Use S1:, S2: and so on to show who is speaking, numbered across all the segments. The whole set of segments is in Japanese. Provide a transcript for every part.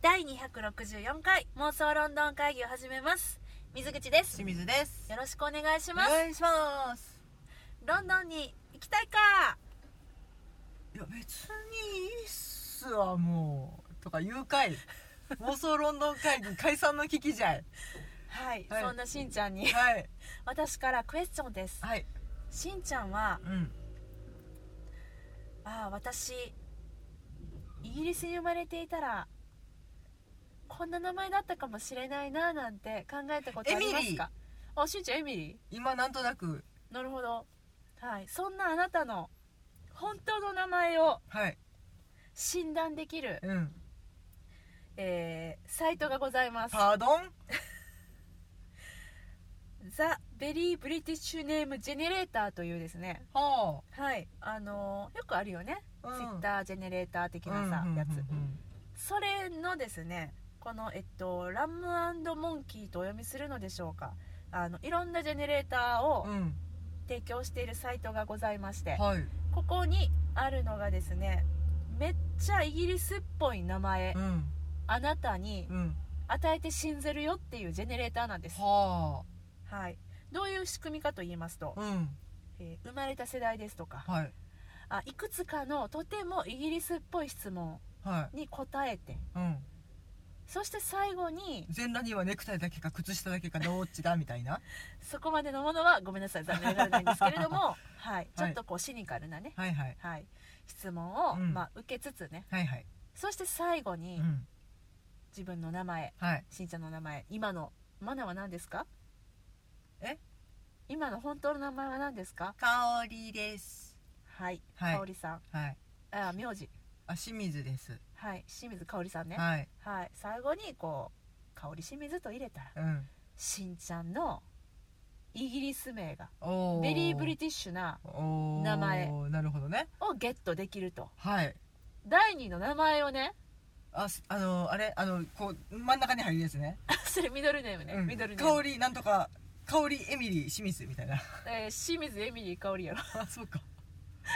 S1: 第264回妄想ロンドン会議を始めます水口です
S2: 清水です
S1: よろしくお願いし
S2: お
S1: ます、
S2: 願いします
S1: ロンドンに行きたいか
S2: いや別にいいっすわもうとか言うか い妄想ロンドン会議解散の危機じゃい
S1: はい、
S2: はい
S1: そんなしんちゃんに
S2: はい
S1: 私からクエスチョンです
S2: はい
S1: しんちゃんは
S2: うん
S1: ああ私イギリスに生まれていたらこんな名前だったかもしれないなあなんて考えたことありま
S2: エミ
S1: す
S2: リー
S1: かあしんちゃんエミリ
S2: 今なんとなく
S1: ーなるほどはいそんなあなたの本当の名前を
S2: はい
S1: 診断できる、
S2: うん
S1: えーサイトがございます
S2: パードン
S1: ザ・ベリー・ブリティッシュ・ネーム・ジェネレーターというですね
S2: は
S1: はいあのーよくあるよね、
S2: あ
S1: ツイッ
S2: ー
S1: タージェネレーター的なさ、やつ
S2: うん
S1: それのですねこのえっとラムモンキーとお読みするのでしょうかあのいろんなジェネレーターを
S2: うんうん
S1: 提供しているサイトがございまして、
S2: はい
S1: ここにあるのがですねめっちゃイギリスっぽい名前、
S2: うん
S1: あなたに
S2: うん
S1: 与えて信ぜるよっていうジェネレーターなんです、
S2: は
S1: はい、どういう仕組みかと言いますと
S2: あ、うん
S1: えー生まれた世代ですとか
S2: はい
S1: あいくつかのとてもイギリスっぽい質問
S2: は
S1: に答えて
S2: いうん
S1: そして最後に
S2: 全裸にはネクタイだけか靴下だけかどっちだみたいな
S1: そこまでのものはごめんなさい残念ながらないんですけ れども、はい、ちょっとこうシニカルなね、
S2: はいはい
S1: はい、質問を、
S2: うん
S1: まあ、受けつつね
S2: はいはい
S1: そして最後
S2: う
S1: に
S2: ん
S1: 自分の名前
S2: はい
S1: しんちゃんの名前今のマナは何ですか
S2: え
S1: 今の本当の名前は何ですか
S2: 香りです
S1: はい、
S2: はい
S1: かおりさん
S2: はい
S1: あ名字
S2: あ清水です
S1: はい清水かおりさんね
S2: はい
S1: はい、最後にこう香り清水と入れたら
S2: うん
S1: しんちゃんのイギリス名が
S2: お
S1: ベリーブリ
S2: テ
S1: ティッシュな
S2: ィ
S1: 名前
S2: なるほどね
S1: をゲットできると
S2: はい
S1: 第二の名前をね
S2: あすあのあれあのこう真ん中に入るやつね、
S1: それミドルネームね、
S2: うん
S1: ミドルネーム
S2: 香りなんとか香りエミリー清水みたいな
S1: えー清水エミリー香りやろ
S2: あそうか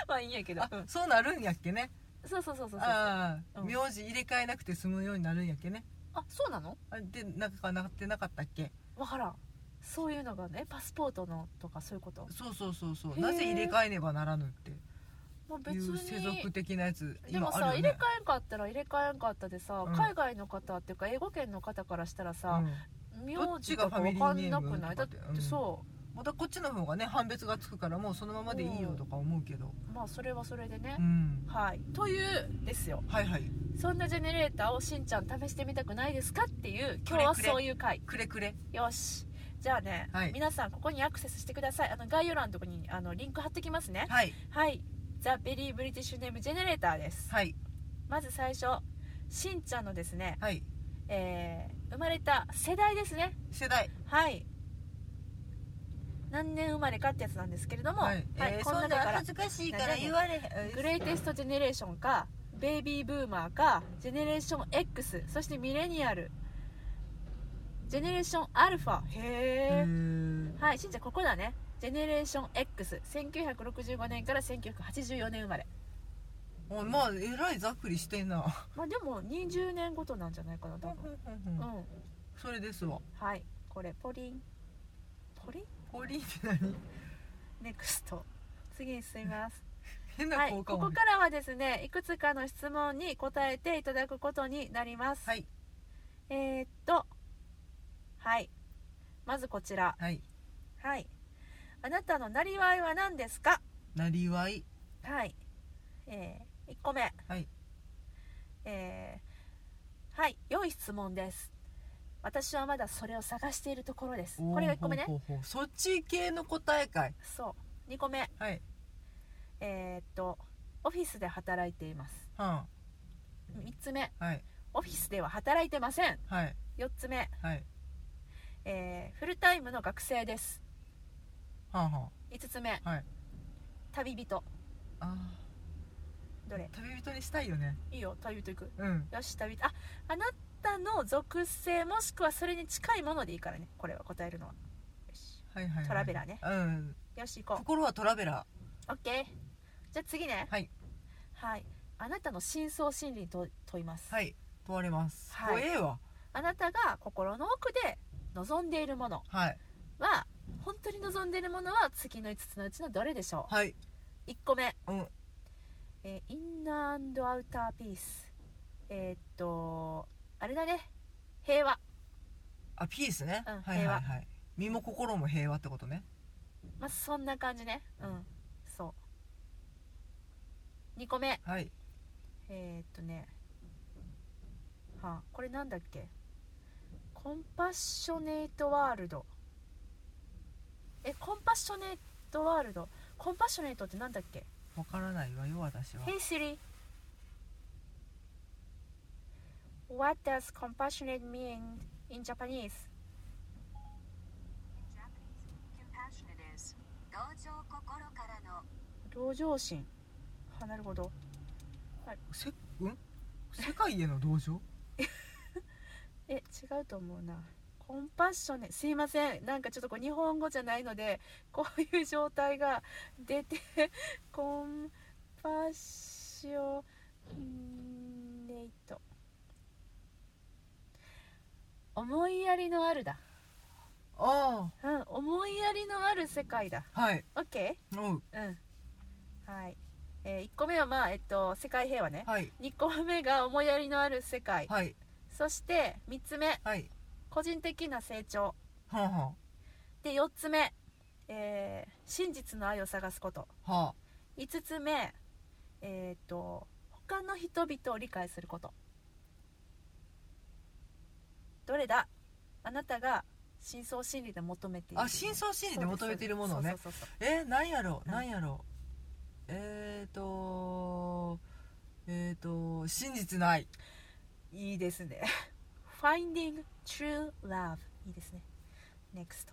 S1: まあいいんやけど、
S2: あ
S1: うん
S2: そうなるんやっけね
S1: そうそうそうそうそうあ
S2: ああ、
S1: うん
S2: 名字入れ替えなくて済むようになるんやっけね
S1: そうなの
S2: あでなんかなってなかったっけ
S1: わからんそういうのがねパスポートのとかそういうこと
S2: そうそうそうそ
S1: へ
S2: う
S1: ー
S2: なぜ入れ替えねばならぬって
S1: まあ別
S2: いう世俗
S1: に
S2: 的なやつ
S1: でも
S2: 今
S1: さ、
S2: ある
S1: 入
S2: よ
S1: れ替
S2: ね
S1: えんかったら入れ替えんかったでさ、
S2: うん
S1: 海外の方っていうか英語圏の方からしたらさ、
S2: うん
S1: 名
S2: どっ
S1: 字
S2: ち
S1: と
S2: が
S1: か
S2: ファ
S1: 分
S2: ミリ
S1: か
S2: ーネ
S1: ん
S2: ー
S1: な
S2: ム
S1: くないだっ
S2: と
S1: て
S2: かってうん
S1: そ
S2: またこっちの方がね判別がつくからもうそのままでいいよとか思うけど
S1: うまあそれはそれでね
S2: う、ん
S1: はいというですよ
S2: はいはい
S1: そんなジェネレーターをしんちゃん試してみたくないですかっていう今日は
S2: くれくれ
S1: そういう回
S2: くれくれ
S1: よしじゃあね、
S2: はい
S1: 皆さんここにアクセスしてくださいあの概要欄のとこにあのリンク貼ってきますね
S2: はい
S1: はいザ・ベリー・ブリティッシュ・ネーム・ジェネレーターです
S2: はい
S1: まず最初しんちゃんのですね、
S2: はい
S1: えー生まれた世代ですね
S2: 世代
S1: はい何年生まれかってやつなんですけれども、はい
S2: えー
S1: この中
S2: そんな
S1: から
S2: 恥ずかしい
S1: な
S2: から
S1: んで
S2: 言われへん
S1: グレイテストジェネレーションかベイビーブーマーかジェネレーション X そしてミレニアルジェネレーションアルファ
S2: え
S1: へえ、
S2: ー
S1: はいしんちゃんここだねジェネレーション X1965 年から1984年生まれ
S2: おまあえらいざっくりしてんな
S1: まあでも20年ごとなんじゃないかな多分うん
S2: それですわ
S1: はいこれポリンポリン
S2: ポリンって何
S1: ネクスト次に進みます
S2: 変
S1: は、
S2: ない
S1: こ
S2: 効果音
S1: こからはですねいくつかの質問に答えていただくことになります、
S2: はい
S1: えーっとはいまずこちら
S2: はい
S1: はいあなたのなりわいは何ですか
S2: なりわい
S1: はいえー、1個目
S2: はい
S1: えーはい良い質問です私はまだそれを探しているところですこれが1個目ね
S2: ほうほうほうそっち系の答えかい
S1: そう2個目
S2: はい
S1: えーっとオフィスで働いています
S2: は
S1: 3つ目
S2: んはい
S1: オフィスでは働いてません
S2: はい
S1: 4つ目
S2: はい
S1: えーフルタイムの学生です
S2: はんはん
S1: 5つ目、
S2: はい
S1: 旅人
S2: あ
S1: どれ
S2: ー旅人にしたいよね
S1: いいよ旅人行く
S2: うん
S1: よし旅人ああなたの属性もしくはそれに近いものでいいからねこれは答えるのはよし
S2: はいはいはい
S1: トラベラーね
S2: うん
S1: よし行こ
S2: 心はトラベラ
S1: う OK じゃあ次ね
S2: はい
S1: はいあなたの深層心理と問います、
S2: ーはい問われます、
S1: はい
S2: 怖えわ
S1: あなたが心の奥で望んでいるもの
S2: はい
S1: は本当に望んでいるものは次の5つのうちのどれでしょ
S2: はいう
S1: 1個目、
S2: うん
S1: えーインナーアウターピースえーっとあれだね平和
S2: あピースね、
S1: うん
S2: はいはいはい身も心も平和ってことね
S1: まあそんな感じねうんそう2個目
S2: はい
S1: えー、っとねはあこれなんだっけコンパッショネートワールドえコンパッショネートワールドコンパッショネートってなんだっけ
S2: わからないわよ私は
S1: Hey Siri What does compassionate mean in
S3: In
S1: Japanese?
S3: Japanese, compassionate is 同情心からの
S1: 同情心あなるほど
S2: せうん世界への同情
S1: え違うと思うなコンパッショネすいませんなんかちょっとこう日本語じゃないのでこういう状態が出てコンパッショネイト思いやりのあるだ
S2: あ
S1: うん思いやりのある世界だ
S2: あはい
S1: OK?
S2: おう
S1: うんはい、え1個目はまあえっと世界平和ね
S2: はい
S1: 2個目が思いやりのある世界
S2: はい
S1: そして3つ目
S2: はい
S1: 個人的な成長
S2: はあは
S1: で4つ目、えー真実の愛を探すこと
S2: あは
S1: 5つ目えっ、と他の人々を理解することどれだあなたが真相心理で求めている
S2: ああ深層心理で求めているものをね
S1: そうですそうです
S2: えー、何やろう
S1: うん
S2: 何やろう、えーとえーと真実の愛
S1: いいですね Finding true love いいですね NEXT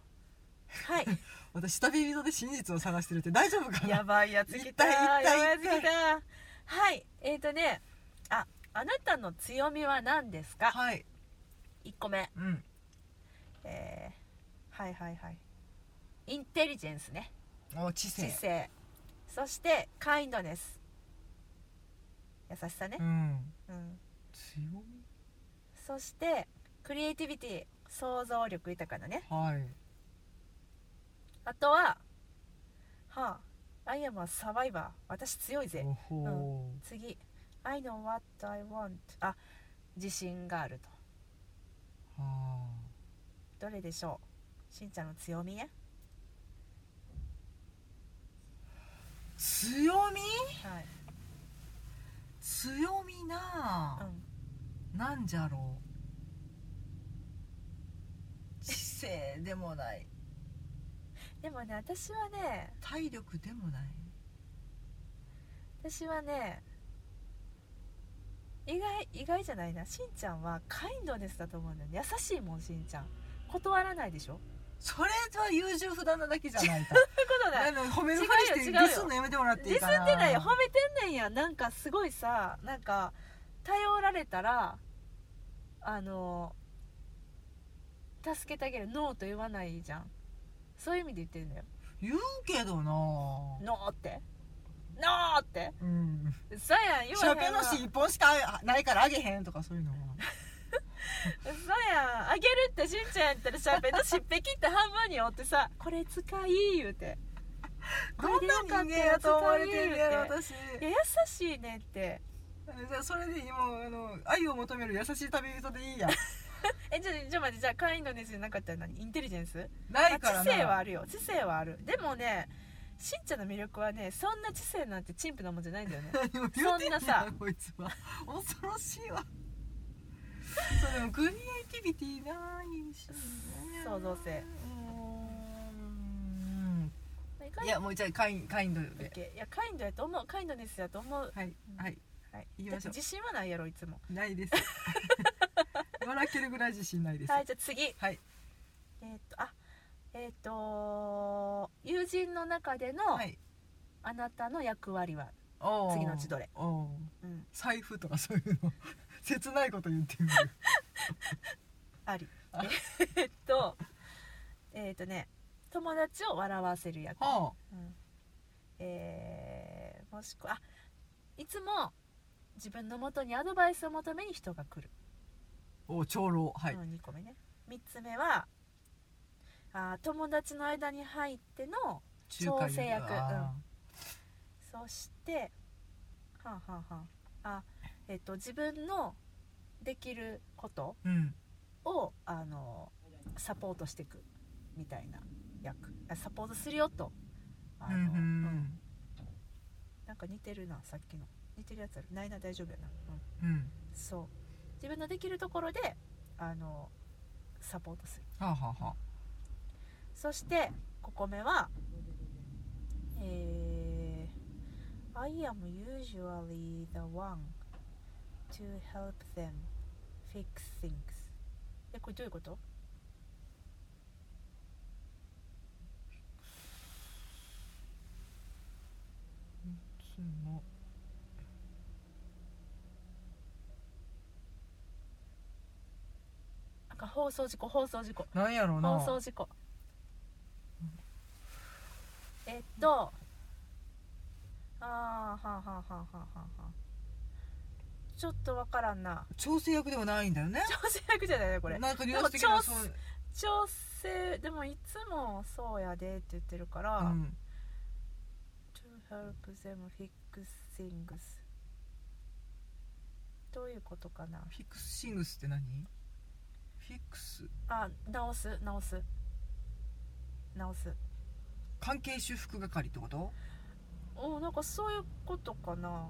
S1: はい
S2: 私下ビビで真実を探してるって大丈夫かな
S1: やばいやつ来た
S2: 痛い痛い
S1: やばいやつ来たはいえっ、ー、とねああなたの強みは何ですか
S2: はい
S1: 1個目
S2: うん
S1: えーはいはいはいインテリジェンスね
S2: お知性
S1: 知性そしてカインドネス優しさね
S2: う、ん
S1: うん、
S2: 強み
S1: そしてクリエイティビティ想像力豊かなね
S2: はい
S1: あとははあ I am a survivor 私強いぜ
S2: おほー、
S1: 次 I know what I want あ自信があると
S2: は
S1: どれでしょうしんちゃんの強みね
S2: あ強み
S1: はい、
S2: 強みな
S1: う
S2: あ、
S1: ん、
S2: なんじゃろう知性でもない
S1: でもね私はね
S2: 体力でもない
S1: 私はね意外意外じゃないなしんちゃんはカインドネスだと思うんだよね優しいもんしんちゃん断らないでしょ
S2: それは優柔不断なだけじゃない か
S1: そういうことだ
S2: な
S1: よ
S2: んか褒めるふりし
S1: 違うよ違うよ
S2: てディスんのやめてもらってい
S1: ディ
S2: い
S1: ス
S2: かな
S1: ってないよ褒めてんねんやなんかすごいさなんか頼られたらあの助けてあげるノーと言わないじゃんそういう意味で言ってるんだよ
S2: 言うけどな
S1: ノーってノーって
S2: うん
S1: 嘘やん言わへんわ
S2: 鮭のし一本しかないからあげへんとかそういうのは
S1: 嘘やんあげるってしんちゃんやったらシャーペンのしっぺ切って半分に折ってさ「これ使い」言うて これ
S2: ど
S1: で
S2: ん
S1: よか
S2: な
S1: った
S2: 人間やと思われてんねやろ
S1: 使「
S2: 私
S1: いや優しいね」って
S2: じゃあそれでもうあの愛を求める優しい旅人で いいや
S1: えじゃあじゃあ待ってじゃあカインドネスじゃなかったら何インテリジェンス
S2: ないか
S1: あ
S2: ら
S1: 知性は
S2: な
S1: あるよ知性はあるでもねしんちゃんの魅力はねそんな知性なんてチンプなもんじゃないんだよね
S2: 何を言うてん
S1: そ
S2: ね
S1: んなさ
S2: こいつは恐ろしいわそうでもクリエイティビティないし
S1: 創造性い
S2: う ーんいやもうじゃあカインカインドで
S1: いやカインドやと思うカインドネスやと思う、
S2: はいはい
S1: はい、
S2: 行き
S1: だ
S2: ま
S1: っ
S2: してょう
S1: 自信はないやろいつも
S2: な いです笑けるぐらい自信ないです
S1: はいじゃあ次
S2: はい
S1: えーっとあえーっと友人の中での
S2: はい
S1: あなたの役割は、
S2: おー
S1: 次のうちどれ
S2: おー
S1: うん、
S2: 財布とかそういうの 切ないこと言ってみる
S1: あり
S2: あ
S1: えっとえっとね友達を笑わせる役、
S2: は
S1: うんえーもしくはあいつも自分のもとにアドバイスを求めに人が来る、
S2: お長老はい、
S1: 2個目ね3つ目はあー友達の間に入っての
S2: 仲
S1: 調
S2: 介
S1: 整役
S2: あ
S1: そしてはあ、はあはあ、あえっと自分のできること
S2: ーうん
S1: をあのサポートしていくみたいな役あサポートするよとあ
S2: う
S1: の、
S2: んう
S1: うん
S2: ん
S1: なんか似てるなさっきの似てるやつあるないな大丈夫やな、うん、
S2: うん
S1: そう自分のできるところであのサポートする
S2: はあはあはあ
S1: そしてここ目はえー、I am usually the one to help them fix things えこれどういうこと
S2: いつも
S1: なんか放送事故放送事故
S2: なんやろうな
S1: 放送事故えっとあーはあはあはあはあはあはあちょっとわからんな
S2: 調整役ではないんだよね
S1: 調整役じゃないねこれ
S2: なんかニュアンス的には
S1: で
S2: そ
S1: も
S2: う
S1: 調整でもいつもそうやでって言ってるから、
S2: うん、
S1: to help them fix things どういうことかな
S2: フィクシングスって何フィクス
S1: あ直す直す直す
S2: 関係修復係ってこと
S1: おなんかそういうことかな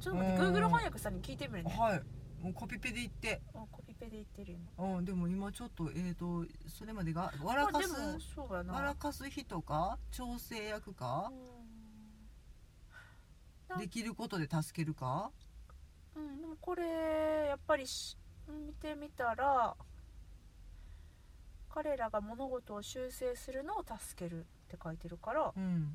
S1: ちょっと待って
S2: うん
S1: Google 翻訳さんに聞いてみるね
S2: はいもうコピペで言って
S1: あコピペで言ってる今
S2: うんでも今ちょっとえー、とそれまでが笑かす
S1: まあでもそうやな
S2: 笑かす人か調整役か
S1: うん
S2: できることで助けるか
S1: うん、うん、でもこれやっぱりし見てみたら彼らが物事を修正するのを助けるって書いてるから、
S2: うん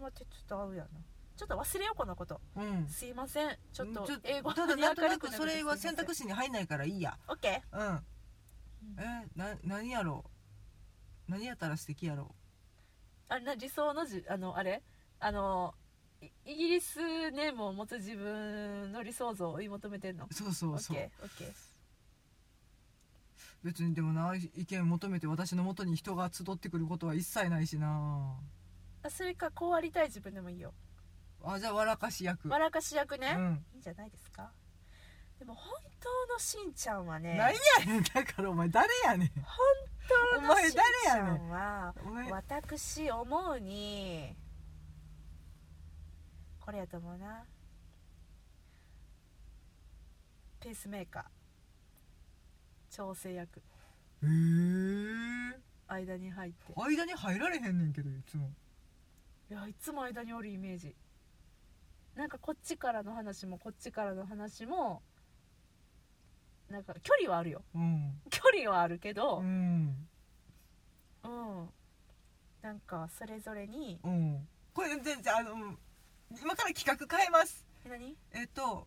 S1: まあ、ちょっと合うやなちょっと忘れようこのこと
S2: うん
S1: すいませんちょっと
S2: うん
S1: 英語
S2: ただなんとな
S1: 明る
S2: く
S1: て
S2: それは選択
S1: すい
S2: 肢に入んないからいいや
S1: ません OK
S2: うんえーな何やろう何やったら素敵やろ
S1: あれな理想のじあのあれあのイイギリスネームを持つ自分の理想像を追い求めてんの
S2: うそうそうそう
S1: OK OK
S2: 別にでもな意見求めて私のもとに人が集ってくることは一切ないしな
S1: あそれかこうありたい自分でもいいよ
S2: あじゃあ笑かし役
S1: 笑かし役ね、
S2: うん
S1: いいんじゃないですかでも本当のしんちゃんはね
S2: 何やねんだからお前誰やねん
S1: 本当のしんちゃ
S2: お前誰やね
S1: んは
S2: お前
S1: 私思うにこれやと思うなペースメーカー調整役
S2: えー
S1: 間に入って
S2: 間に入られへんねんけどいつも
S1: いやいつも間におるイメージなんかこっちからの話もこっちからの話もなんか距離はあるよ
S2: うん
S1: 距離はあるけど
S2: うん
S1: うん、なんかそれぞれに
S2: うんこれ全然あの今から企画変えます
S1: え何
S2: えっと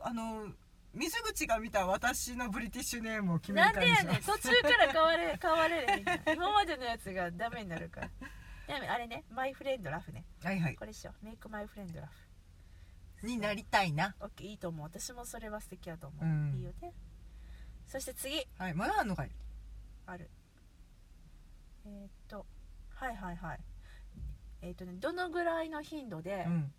S2: あの水口が見た私のブリティッシュネームを決め
S1: な
S2: る
S1: んで
S2: 感じ
S1: やねん途中から変われ変 われれへんやん今までのやつがダメになるから ダメあれねマイフレンドラフね
S2: はいはい
S1: これしようメイクマイフレンドラフ
S2: になりたいな
S1: オッケーいいと思う私もそれは素敵やと思う、
S2: うん
S1: いいよねそして次
S2: はいまだあんのかい
S1: あるえーっとはいはいはいえーっとねどのぐらいの頻度で
S2: うん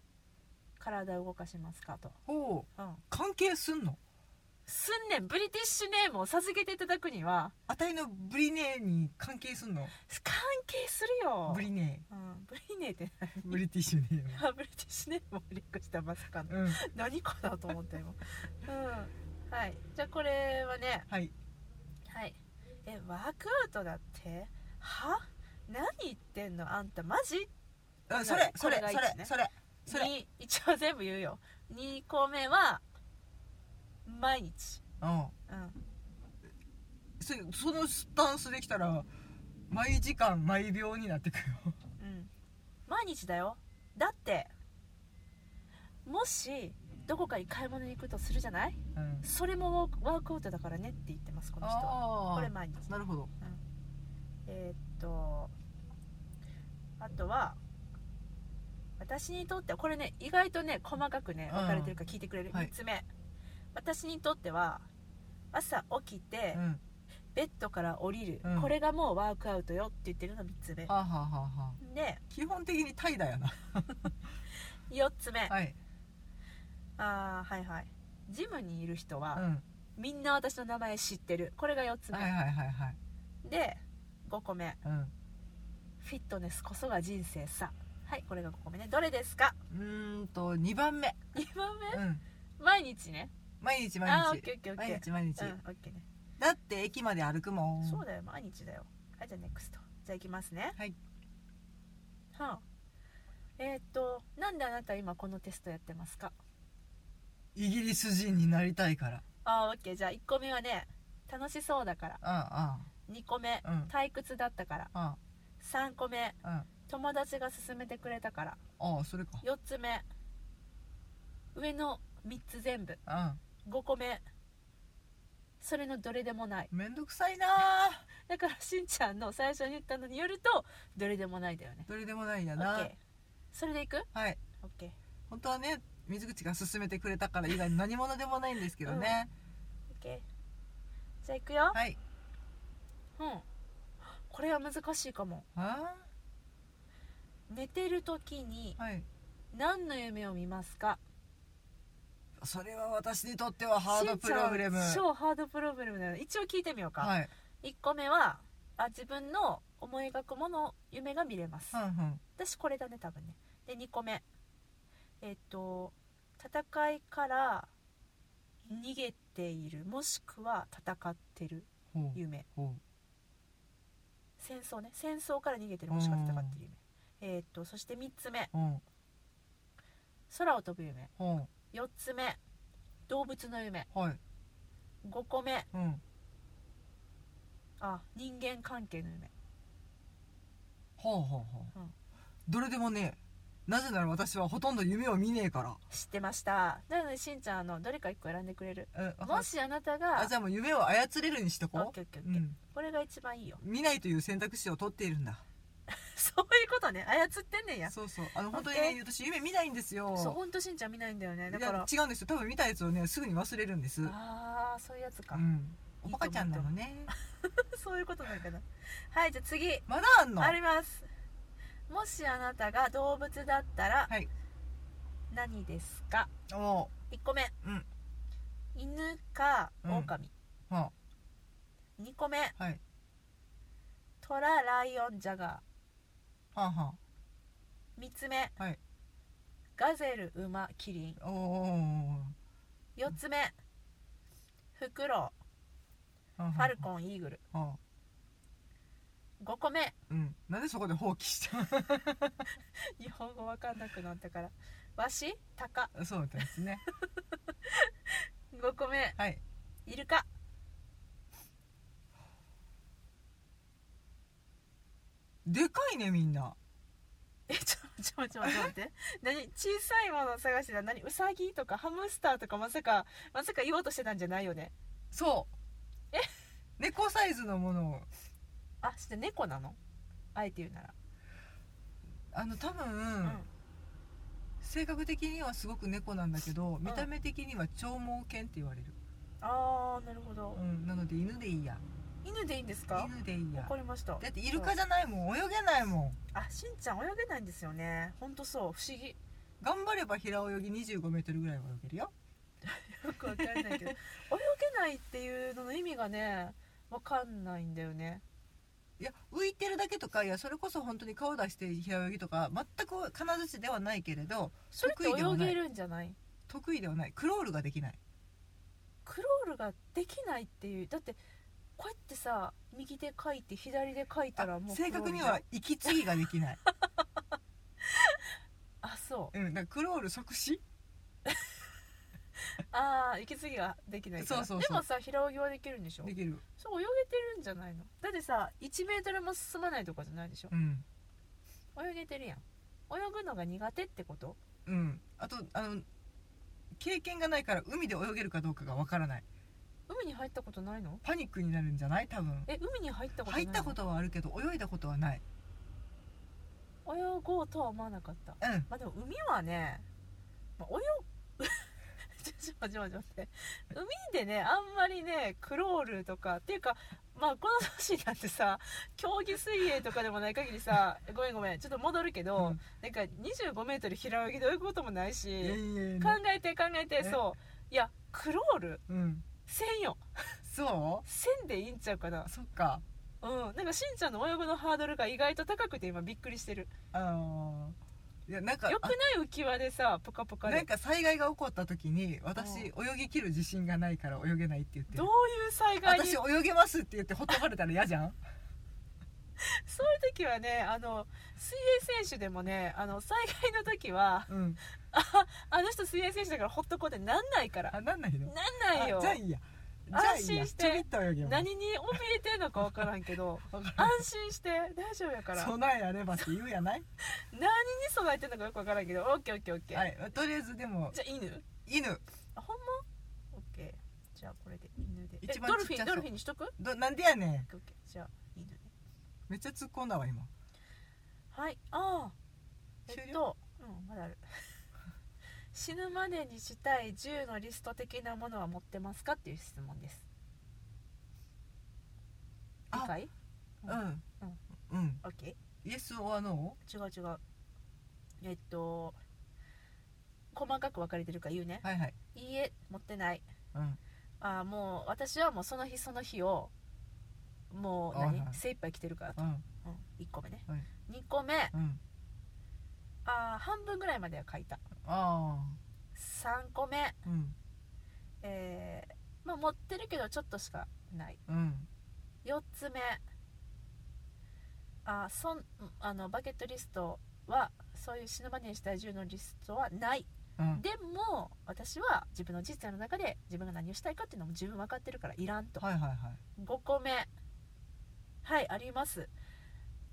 S1: 体を動かしますかと、
S2: ほう
S1: うん、
S2: 関係すんの
S1: すんねんブリティッシュネームを授けていただくには
S2: あたいのブリネーに関係すんの
S1: 関係するよ
S2: ブリネ
S1: うん、ブリネーって
S2: ーブリティッシュネーム
S1: 何ブリティッシュネームをリンクしたまさかの
S2: うん
S1: 何かなと思った今うんはいじゃあこれはね
S2: はい
S1: はいえワークアウトだっては何言ってんのあんたマジ
S2: あそれそ
S1: こ
S2: れ
S1: れ
S2: そ
S1: が
S2: れ
S1: いいですね
S2: それそれ
S1: に一応全部言うよ2個目は毎日
S2: うん
S1: うん
S2: そそのスタンスできたら毎時間毎秒になってくよ
S1: うん毎日だよだってもしどこかに買い物に行くとするじゃない
S2: うん
S1: それもワークワークアウトだからねって言ってますこの人は
S2: あ
S1: これ
S2: あ
S1: 毎日
S2: なるほど
S1: えーっとあとは私にとってはこれね意外とね細かくね
S2: うん
S1: 分かれてるから聞いてくれる、
S2: はい
S1: 3つ目私にとっては朝起きて、
S2: うんは
S1: ベッドから降りる、
S2: うん
S1: これがもうワークアウトよって言ってるの3つ目
S2: あ、はあはあはあ、
S1: で
S2: 基本的に怠惰やな
S1: 4つ目、
S2: はい、
S1: あーはいはいジムにいる人
S2: うん、
S1: は、
S2: はい
S1: みんな私の名前知ってるこれが4つ目、
S2: はいはいはい
S1: で5個目
S2: うん
S1: フィットネスこそが人生さはいこれが5個目ねどれですか
S2: うーんと2番目、
S1: 2番目
S2: うん、
S1: 毎日ね
S2: 毎日毎
S1: あーオッ
S2: 日
S1: ケーオッケーオッケ
S2: 毎
S1: ー
S2: 日毎日、
S1: うん、オッケーね
S2: だって駅まで歩くもん
S1: そうだよ毎日だよはいじゃあネクストじゃあいきますね
S2: はい
S1: はあえーっとなんであなた今このテストやってますか
S2: イギリス人になりたいから
S1: あーオッケーじゃあ1個目はね楽しそうだから
S2: あ
S1: 2個目
S2: あうん
S1: 退屈だったから
S2: あ
S1: 3個目
S2: あうん
S1: 友達が勧めてくれたから
S2: ああそれか
S1: 4つ目上の3つ全部
S2: う
S1: 5個目それのどれでもない
S2: んめんどくさいなあ
S1: だからしんちゃんの最初に言ったのによるとどれでもないだよね
S2: どれでもないや
S1: オッ
S2: な
S1: ケーそれでいく
S2: はい
S1: オッケー
S2: 本当はね水口が勧めてくれたから以外に何者でもないんですけどね、
S1: オッケーじゃあいくよ、
S2: はい
S1: うんこれは難しいかも
S2: あ
S1: 寝てる時に
S2: あはい
S1: 何の夢を見ますか
S2: それは私にとってはハードプログラム
S1: しんちゃん超ハードプログラムだよね一応聞いてみようか、
S2: はい
S1: 1個目はあ自分の思い描くもの夢が見れます、
S2: うんうん
S1: 私これだね多分ねで2個目えっと戦いから逃げているもしくは戦ってる
S2: ほう
S1: 夢
S2: ほ
S1: 戦争ね戦争から逃げてるもしくは戦ってる夢えっとそして3つ目
S2: うほう
S1: 空を飛ぶ夢
S2: ほ
S1: 4つ目動物の夢
S2: うはい
S1: 5個目
S2: うん
S1: あ人間関係の夢
S2: ほうほうほう、
S1: うん
S2: どれでもねなぜなら私はほとんど夢を見ねえか
S1: 知ってましたなのでしんちゃんあのどれか1個選んでくれる
S2: らえ
S1: もしあなたが
S2: あじゃあもう夢を操れるにしと
S1: オッ
S2: こ
S1: ケーオッケーオ
S2: う、う
S1: ッケー
S2: ん、
S1: これが一番いいよ
S2: 見ないという選択肢を取っているんだ
S1: そういうことね操ってんねんや
S2: そうそうあの
S1: オッ
S2: 本
S1: ケ
S2: 当
S1: ー
S2: にね私夢見ないんですよ
S1: そうほんとしんちゃん見ないんだよねだから
S2: いや違うんですよ多分見たやつをねすぐに忘れるんですう
S1: ああそういうやつか、
S2: んおバカちゃんなのね
S1: そういうことなんかなはいじゃあ次
S2: まだあんの
S1: ありますもしあなたが動物だったら
S2: はい
S1: 何ですか、
S2: も
S1: 1個目、
S2: うん
S1: 犬か
S2: うん
S1: 狼、
S2: うは
S1: 二2個目
S2: あはい
S1: 虎ライオンジャガ
S2: はあは
S1: ー3つ目、
S2: はい
S1: ガゼル馬キリン
S2: あおーおーおー
S1: 4つ目フクロ
S2: おー
S1: ウファルコンイーグル
S2: ンはあ
S1: 5個目
S2: うんなんでそこで放棄した
S1: 日本語わかんなくなったからワシタカ
S2: そう みたいですね
S1: 5個目
S2: はい
S1: イルカ
S2: でかいねみんな
S1: えちょちょちょちょ待って 何小さいものを探してた何ウサギとかハムスターとかまさかまさか言おうとしてたんじゃないよね
S2: そう
S1: え
S2: 猫サイズのものを
S1: あして猫なのあえて言うなら
S2: あの多分、
S1: うん
S2: 性格的にはすごく猫なんだけど見た目的には長毛犬って言われる、
S1: ああなるほど
S2: うん、なので犬でいいや
S1: 犬でいいんですか
S2: 犬でいい
S1: わ
S2: や
S1: かりました
S2: だってイルカじゃないもん泳げないもん
S1: あしんちゃん泳げないんですよねほんとそう不 思議
S2: 頑張れば平泳ぎ2 5メートルぐらいは泳げるよ
S1: よくわかんないけど泳げないっていうのの意味がねわかんないんだよね
S2: いや浮いてるだけとかいやそれこそ本当に顔出して平泳ぎとか全く金づちではないけれど
S1: それって
S2: 得意では
S1: 泳
S2: ない
S1: げるんじゃない
S2: 得意ではないクロールができない
S1: クロールができないっていうだってこうやってさ右で書いて左で書いたらもう
S2: 正確に
S1: クロー
S2: は
S1: ル
S2: 息継ぎができない、
S1: じゃんあそう
S2: うん、だからクロール即死
S1: ああ息継ぎができないから
S2: そうそうそう
S1: でもさ平泳ぎはできるんでしょ
S2: できる
S1: そう泳げてるんじゃないのだってさ1メートルも進まないとかじゃないでしょ
S2: うん
S1: 泳げてるやん泳ぐのが苦手ってこと
S2: うんあとあの経験がないから海で泳げるかどうかがわからない
S1: 海に入ったことないの
S2: パニックになるんじゃない多分
S1: え海に入ったことない
S2: 入
S1: の
S2: ったことはあるけど泳いだことはない
S1: 泳ごうとは思わなかった
S2: うん
S1: まあでも海はね、まあ、泳ぐ ちょちょちょちょ待って海でねあんまりねクロールとかっていうかまあこの年になってさ競技水泳とかでもない限りさごめんごめんちょっと戻るけど、
S2: うん
S1: なんか2 5ル平泳ぎで泳ぐこともないし、
S2: いやいやいや
S1: 考えて考えて
S2: え
S1: そういやクロール
S2: うん
S1: せんよ
S2: そ
S1: せんでいいんちゃうかな
S2: うそっか
S1: うんなんかしんちゃんの泳ぐのハードルが意外と高くて今びっくりしてる
S2: あのーいやなんか
S1: よくない浮き輪でさポカポ
S2: あ
S1: カ
S2: なん
S1: で
S2: か災害が起こった時に私泳ぎきる自信がないから泳げないって言って
S1: どう
S2: る
S1: いう災害に
S2: 私泳げますって言ってほっとかれたら嫌じゃん
S1: そういう時はねあの水泳選手でもねあの災害の時は
S2: うん
S1: ああの人水泳選手だからほっとこうってなんないから
S2: あなんないの
S1: なんないよ
S2: あじゃあいいやじゃあいいや
S1: 安心して
S2: ちょびっと泳げます
S1: 何に怯えてんのか分からんけ ど
S2: わか
S1: 安心して大丈夫やから
S2: ん
S1: ら
S2: 備えあればって言うやない
S1: 何に備えてんのかよく分からんけどオッケーオッケーオッケー、
S2: はいとりあえずでも
S1: じゃあ犬
S2: 犬
S1: あほんまオッケーじゃあこれで犬でえ
S2: 一番
S1: ドルフ
S2: ちっ
S1: ィ
S2: ちゃ
S1: ン
S2: そ
S1: ド
S2: う
S1: ルフィンにしとくオッケ
S2: どなんでやねん
S1: ーオッケーじゃあ犬ね
S2: めっちゃ突っ込んだわ今
S1: はいああ
S2: 終了
S1: えっとうんまだある 死ぬまでにしたい10のリスト的なものは持ってますかっていう質問です
S2: あ
S1: 理解
S2: うんうん
S1: オッケ
S2: Yes or No?
S1: ー違う違うえっと細かく分かれてるから言うね、
S2: はいはい
S1: い、いえ持ってない
S2: うん
S1: ああもう私はもうその日その日をもう
S2: あ
S1: 何、
S2: はい
S1: 精一杯来てるからと、
S2: うん
S1: うん、1個目ね、
S2: はい
S1: 2個目
S2: うん
S1: あー半分ぐらいまでは書いた
S2: あ
S1: 3個目
S2: あうん
S1: えーまあ持ってるけどちょっとしかない
S2: うん
S1: 4つ目あーそんあのバケットリストはそういう死ぬまでにしたい銃のリストはない
S2: うん
S1: でも私は自分の人生の中で自分が何をしたいかっていうのも十分分かってるからいらんと
S2: はいはいはい
S1: 5個目はいあります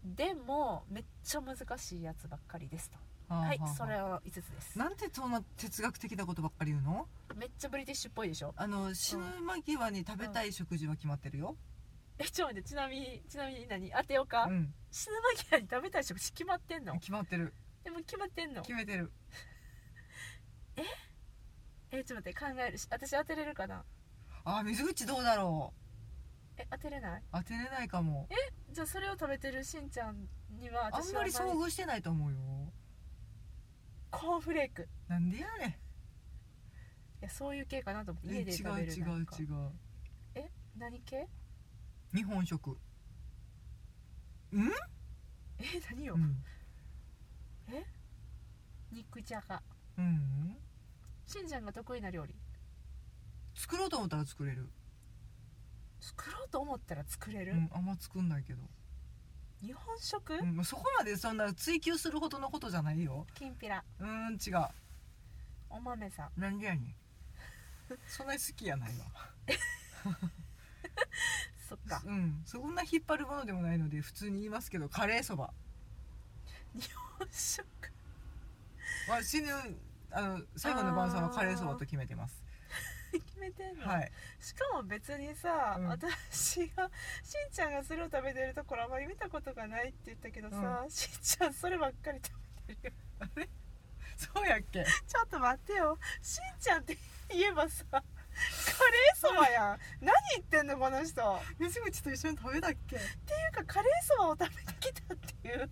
S1: でもめっちゃ難しいやつばっかりですと
S2: はあ
S1: はい
S2: はあはあ
S1: それは5つです
S2: なんでそんな哲学的なことばっかり言うの
S1: めっちゃブリティッシュっぽいでしょ
S2: あの死ぬ間際に食べたい食事は決まってるよ、
S1: えちょっと待ってちなみにちなみに何当てようか、
S2: うん、
S1: 死ぬ間際に食べたい食事決まってんの
S2: 決まってる
S1: でも決まってんの
S2: 決めてる
S1: えちょっと待って考えるし私当てれるかな
S2: あー水口どうだろう
S1: え当てれない
S2: 当てれないかも
S1: じゃあそれを食べてるしんちゃんには
S2: あん
S1: 私は
S2: まり遭遇してないと思うよ
S1: コーンフレークい
S2: なんでやね
S1: やそういう系かなと思っ
S2: ん
S1: て家
S2: え
S1: で
S2: 違
S1: 食
S2: う
S1: べる
S2: 違
S1: な
S2: うん
S1: か
S2: 違う
S1: 何系
S2: 日本食
S1: え何よ、
S2: うん
S1: 肉じゃが
S2: うん
S1: しんちゃんが得意な料理
S2: 作ろうと思ったら作れる、
S1: 作ろうと思ったら作れる、
S2: うん、あんま作んないけど、
S1: 日本食、
S2: うん、そこまでそんな追求するほどのことじゃないよ
S1: きんぴら
S2: うーん違う
S1: お豆さん
S2: な んでやねんそんなに好きやないわ
S1: そっか
S2: うん、そんな引っ張るものでもないので普通に言いますけどカレーそば
S1: 日本食
S2: は死ぬあの最後の晩餐はカレーそばと決めてます
S1: 決めてんの、
S2: はい
S1: しかも別にさ、
S2: うん
S1: 私がしんちゃんがそれを食べてるところあまり見たことがないって言ったけどさ、しんちゃんそればっかり食べてるよ
S2: そうやっけ
S1: ちょっと待ってよしんちゃんって言えばさカレーそばやん何言ってんのこの人っ
S2: 水口と一緒に食べたっ
S1: て
S2: け
S1: いうかカレーそばを食べてきたっていう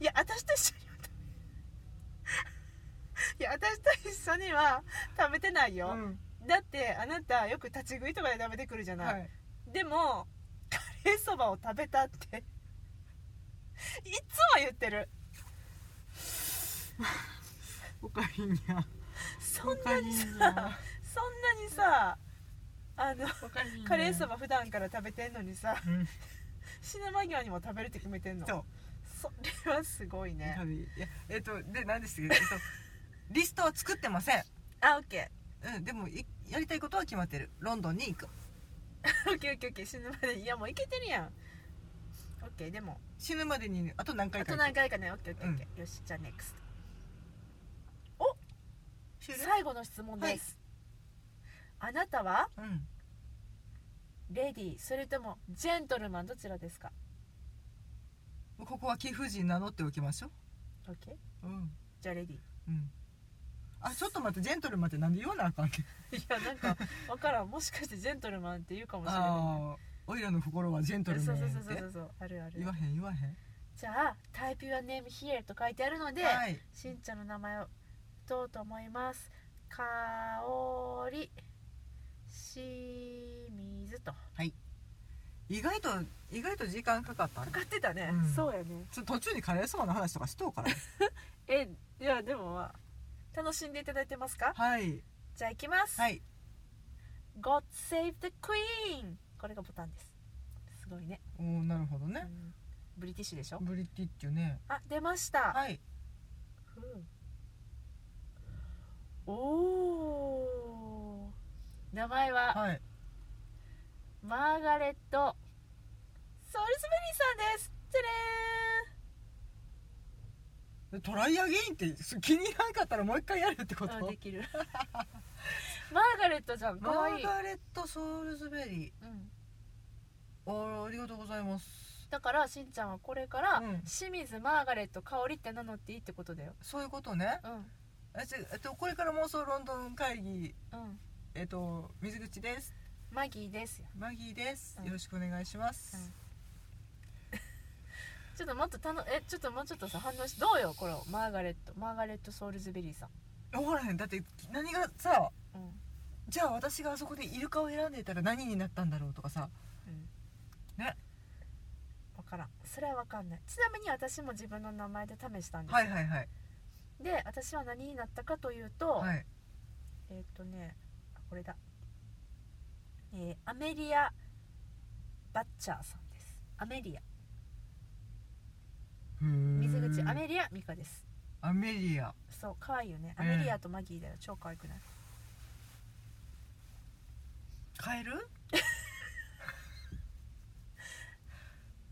S1: いや私と一緒には食べいや私と一緒には食べてないよ、
S2: う
S1: だってあなたよく立ち食いとかで食べてくるじゃ
S2: ん
S1: ない、
S2: はい
S1: でもカレーそばを食べたっていつも言ってる
S2: おかえりにゃ
S1: そ
S2: お
S1: ん
S2: か
S1: な
S2: えり
S1: にさ
S2: に
S1: そんな
S2: ゃ
S1: にさあの
S2: おかえりにゃ
S1: カレーそば普段から食べてんのにさ
S2: うん
S1: 死ぬ間際にも食べるって決めてんの
S2: そう
S1: それはすごいね
S2: 食べいやえっとで何ですけど、えっと、 リストは作ってません
S1: あオッケ
S2: うんでもいやりたいことは決まってるロンドンに行く
S1: ーオッケーオッケーオッケー死ぬまでにいやもういけてるやんオッケーでも
S2: 死ぬまでにあと何回
S1: あ
S2: か
S1: と何回かねオッケーオッケーオッケー、よしじゃあネクスト
S2: 終了
S1: 最後の質問です、あなたは
S2: うん
S1: レディーそれともジェントルマンどちらですか
S2: ここは貴婦人名乗っておきましょう
S1: OK
S2: うん
S1: じゃあレディー
S2: うんあちょっと待ってジェントルマンってなんで言わなあかんけ
S1: いやなんか分からんもしかしてジェントルマンって言うかもしれな
S2: ああおいらの心はジェント
S1: い
S2: ル
S1: ね
S2: マ
S1: そ
S2: ン
S1: う
S2: っ
S1: そうそうそ
S2: て
S1: うそうあるある
S2: 言わへん言わへん
S1: じゃあ「タイピはネームヒエ r と書いてあるので、
S2: はい
S1: しんちゃんの名前を打とうと思いますかおりしみずと
S2: 意外と意外と時間かかった
S1: かかってたね、
S2: うん
S1: そうやね
S2: ちょ途中にカレーそばの話とかしとうから
S1: えいやでもまあ楽しんでいただいてますか
S2: はい
S1: じゃあ行きます、
S2: はい
S1: God save the queen これがボタンですすごいね、
S2: おーなるほど
S1: う
S2: ね
S1: んブリティッシュでしょ
S2: ブリティッチュね
S1: あ出ました、
S2: はい
S1: うんおー名前は、
S2: はい
S1: マーガレットソルスベリーさんですじゃれ
S2: でトライアゲインってす気に入らなかったらもう一回やるってこと
S1: ーんあできる マーガレットじゃんか
S2: マ
S1: わい
S2: ー
S1: い、
S2: ガレット・ソールズベリ
S1: うん、
S2: ーあーありがとうございます
S1: だからしんちゃんはこれから、
S2: うん
S1: 清水マーガレット香りって名乗っていいってことだよ
S2: そういうことね
S1: うん
S2: えちえっとこれから妄想ロンドン会議
S1: うん
S2: えっと水口です
S1: マギーですよ
S2: マギーです
S1: うん
S2: よろしくお願いします、
S1: ちょっともっとたのえちょっともうちょっとさ反応しどうよこれをマーガレットマーガレットソウルズベリーさん
S2: 分からへんだって何がさ
S1: うん、
S2: じゃあ私があそこでイルカを選んでたら何になったんだろうとかさ
S1: うん、
S2: ね
S1: 分からんそれは分かんないちなみに私も自分の名前で試したんです、
S2: はいはいはい
S1: で私は何になったかというと、
S2: はい
S1: えーっ、とねあこれだ、えーアメリア・バッチャーさんですアメリア水
S2: 水
S1: 口アメリア美香です
S2: アメリア
S1: そう可愛いよねア
S2: うん
S1: メリアとマギーだよ、超可愛くない
S2: カエル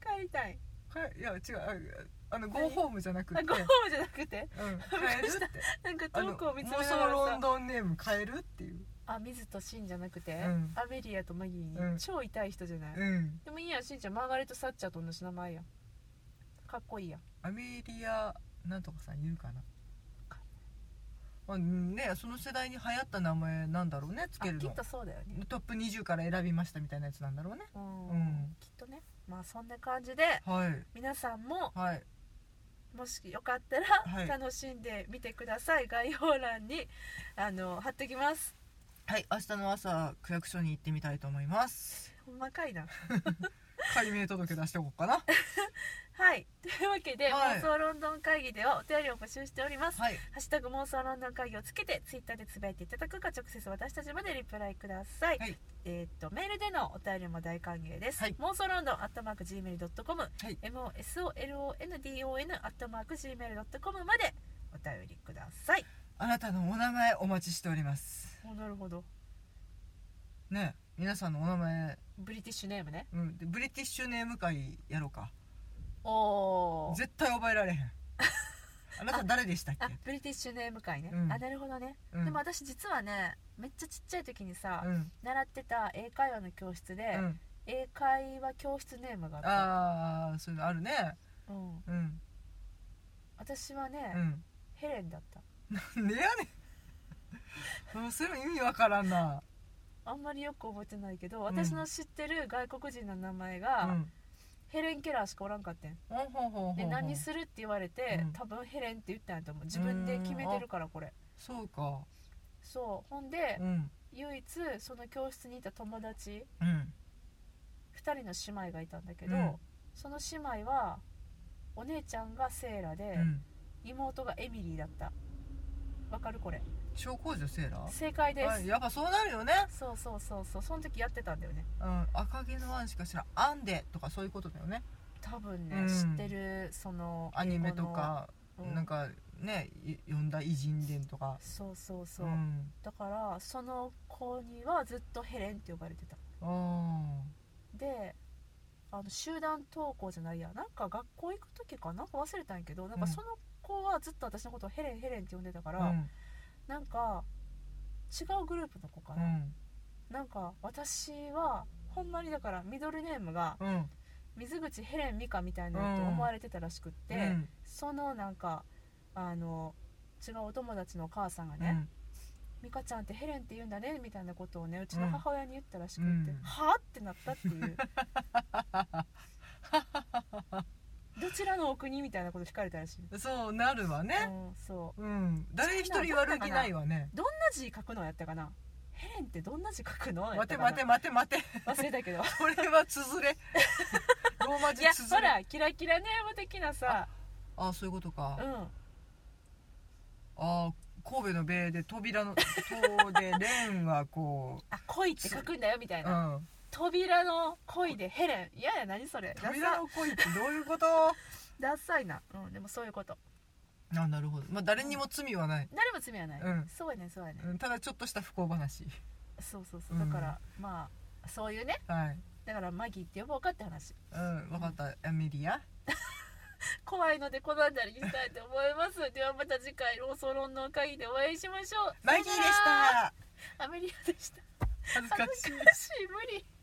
S1: 帰りたい
S2: カエいや違うああのゴ
S1: 何
S2: ーホームじゃなくて
S1: あ
S2: うん
S1: ご
S2: カ
S1: 本じゃなくて
S2: エルって
S1: なんか
S2: あ
S1: 遠
S2: の
S1: くを見つめ
S2: 妄
S1: な
S2: 想
S1: がら
S2: ロ
S1: さ
S2: ンドンネームカエルっていう
S1: あ水とシンじゃなくて、
S2: ん
S1: アメリアとマギーに、
S2: うん
S1: 超痛い人じゃない、
S2: うん
S1: でもいいやんしんちゃんマーガレット・サッチャーと同じ名前やんかっこいいやん
S2: アメリアなんとかさん言うかなまあねその世代に流行った名前なんだろうねつ
S1: あ
S2: ける
S1: き
S2: の
S1: っとそうだよね
S2: トップ20から選びましたみたいなやつなんだろうね
S1: うん、
S2: うん
S1: きっとねまあそんな感じで
S2: はい
S1: 皆さんも
S2: はい
S1: もしよかった
S2: は
S1: ら
S2: い
S1: 楽しんでみてください、概要欄にあの貼ってきます
S2: はい明日の朝区役所に行ってみたいと思います
S1: ほんまかいな
S2: 解明届出しておこう かな
S1: はいというわけで、
S2: はい
S1: 妄想ロンドン会議ではお便りを募集しております、
S2: はい
S1: ハッシュタグ妄想ロンドン会議をつけてツイッターでつぶやいていただくか直接私たちまでリプライください、
S2: はい
S1: えー、とメールでのお便りも大歓迎です、
S2: はい
S1: 妄想ロンドンアットマーク Gmail.com、
S2: い
S1: MOSOLONDON アットマーク Gmail.com までお便りください
S2: あなたのお名前お待ちしております
S1: おなるほど
S2: ね皆さんのお名前、
S1: ブリティッシュネームね
S2: うん、でブリティッシュネーム会やろうか
S1: おー
S2: 絶対覚えられへ んあなた誰でしたっ
S1: あ
S2: け
S1: ブリティッシュネーム会ね、
S2: うん
S1: あなるほどね、
S2: うん
S1: でも私実はねめっちゃちっちゃい時にさ、
S2: うん
S1: 習ってた英会話の教室で、
S2: うん
S1: 英会話教室ネームがあっ
S2: ああそういうのあるね
S1: た、うん、
S2: うん
S1: 私はね、
S2: う
S1: ヘレンだった
S2: んねやねんもうそれも意味わからんな
S1: あんまりよく覚えてないけど、
S2: ん
S1: 私の知ってる外国人の名前
S2: う
S1: が、
S2: ん
S1: ヘレン・ケラーしかおらんかってん
S2: ほんほんほんほんほ
S1: で
S2: ん
S1: 何するって言われて、
S2: うん
S1: 多分ヘレンって言ったんやと思う自分で決めてるからこれ
S2: そうか
S1: そうほんで、
S2: うん
S1: 唯一その教室にいた友達
S2: うん
S1: 2人の姉妹がいたんだけど、
S2: うん
S1: その姉妹はお姉ちゃんがセーラで、
S2: うん
S1: 妹がエミリーだったわかるこれ
S2: 小公女セーラー
S1: 正解です、
S2: あやっぱそうなるよね、
S1: そうそうそうそうその時やってたんだよね
S2: うん、赤毛のアンしか知らんアンデとかそういうことだよね
S1: 多分ね、
S2: うん
S1: 知ってるその
S2: アニメとか、
S1: 英語のうん
S2: なんかねい読んだ偉人伝とか
S1: そうそうそう、
S2: ん、
S1: だからその子にはずっとヘレンって呼ばれてた
S2: あ
S1: であの集団登校じゃないやなんか学校行く時かなんか忘れたんやけどなんか
S2: うん
S1: その子はずっと私のことをヘレンヘレンって呼んでたか
S2: あ
S1: ら、なんか違うグループの子か
S2: う
S1: な、
S2: ん
S1: なんか私はほんまにだからミドルネームが
S2: うんうん
S1: 水口ヘレン美香みたいなのと思われてたらしくって、
S2: うん
S1: そのなんかあの違うお友達のお母さんがね、美香ちゃんってヘレンって言うんだねみたいなことをねうちの母親に言ったらしくって、
S2: うん
S1: はあってなったっていう どちらのお国みたいなこと聞かれたらしい、
S2: うん、そうなるわ
S1: う
S2: ね、
S1: ん、そう
S2: うん、誰一人悪気ないわね
S1: どんな字書くのやったかなヘレンってどんな字書くのやっ
S2: 待
S1: た
S2: て
S1: かな
S2: 待て待て待て
S1: 忘れたけど
S2: これはつ づれローマ
S1: い
S2: 字
S1: や
S2: つづ
S1: ほ
S2: れ
S1: らキラキラネーム的なさ
S2: あそういうことか、
S1: うん
S2: あー神戸の米で扉の塔で蓮はこ、
S1: あ恋って書くんだよみたいう
S2: う
S1: な、
S2: ん、
S1: 扉の恋でヘレンいやいや何それダサ
S2: 扉の恋ってどういうこと
S1: ダサいな、うん、でもそういうこと
S2: あなるほどまあ誰にも罪はない、
S1: 誰も罪はない、
S2: うん
S1: そうやねんそうやねん、
S2: うん、ただちょっとした不幸話
S1: そうそうそううんだから、まあそういうね
S2: はい
S1: だからマギーって呼ぼうかって話
S2: うん分かったエミリア
S1: 怖いのでこの辺りにしたいと思います ではまた次回ローソロンの会でお会いしましょう
S2: マギーで
S1: さ
S2: し
S1: よな
S2: た
S1: らアメリアでした
S2: 恥ずか
S1: 恥
S2: し
S1: ず
S2: い
S1: かしい無理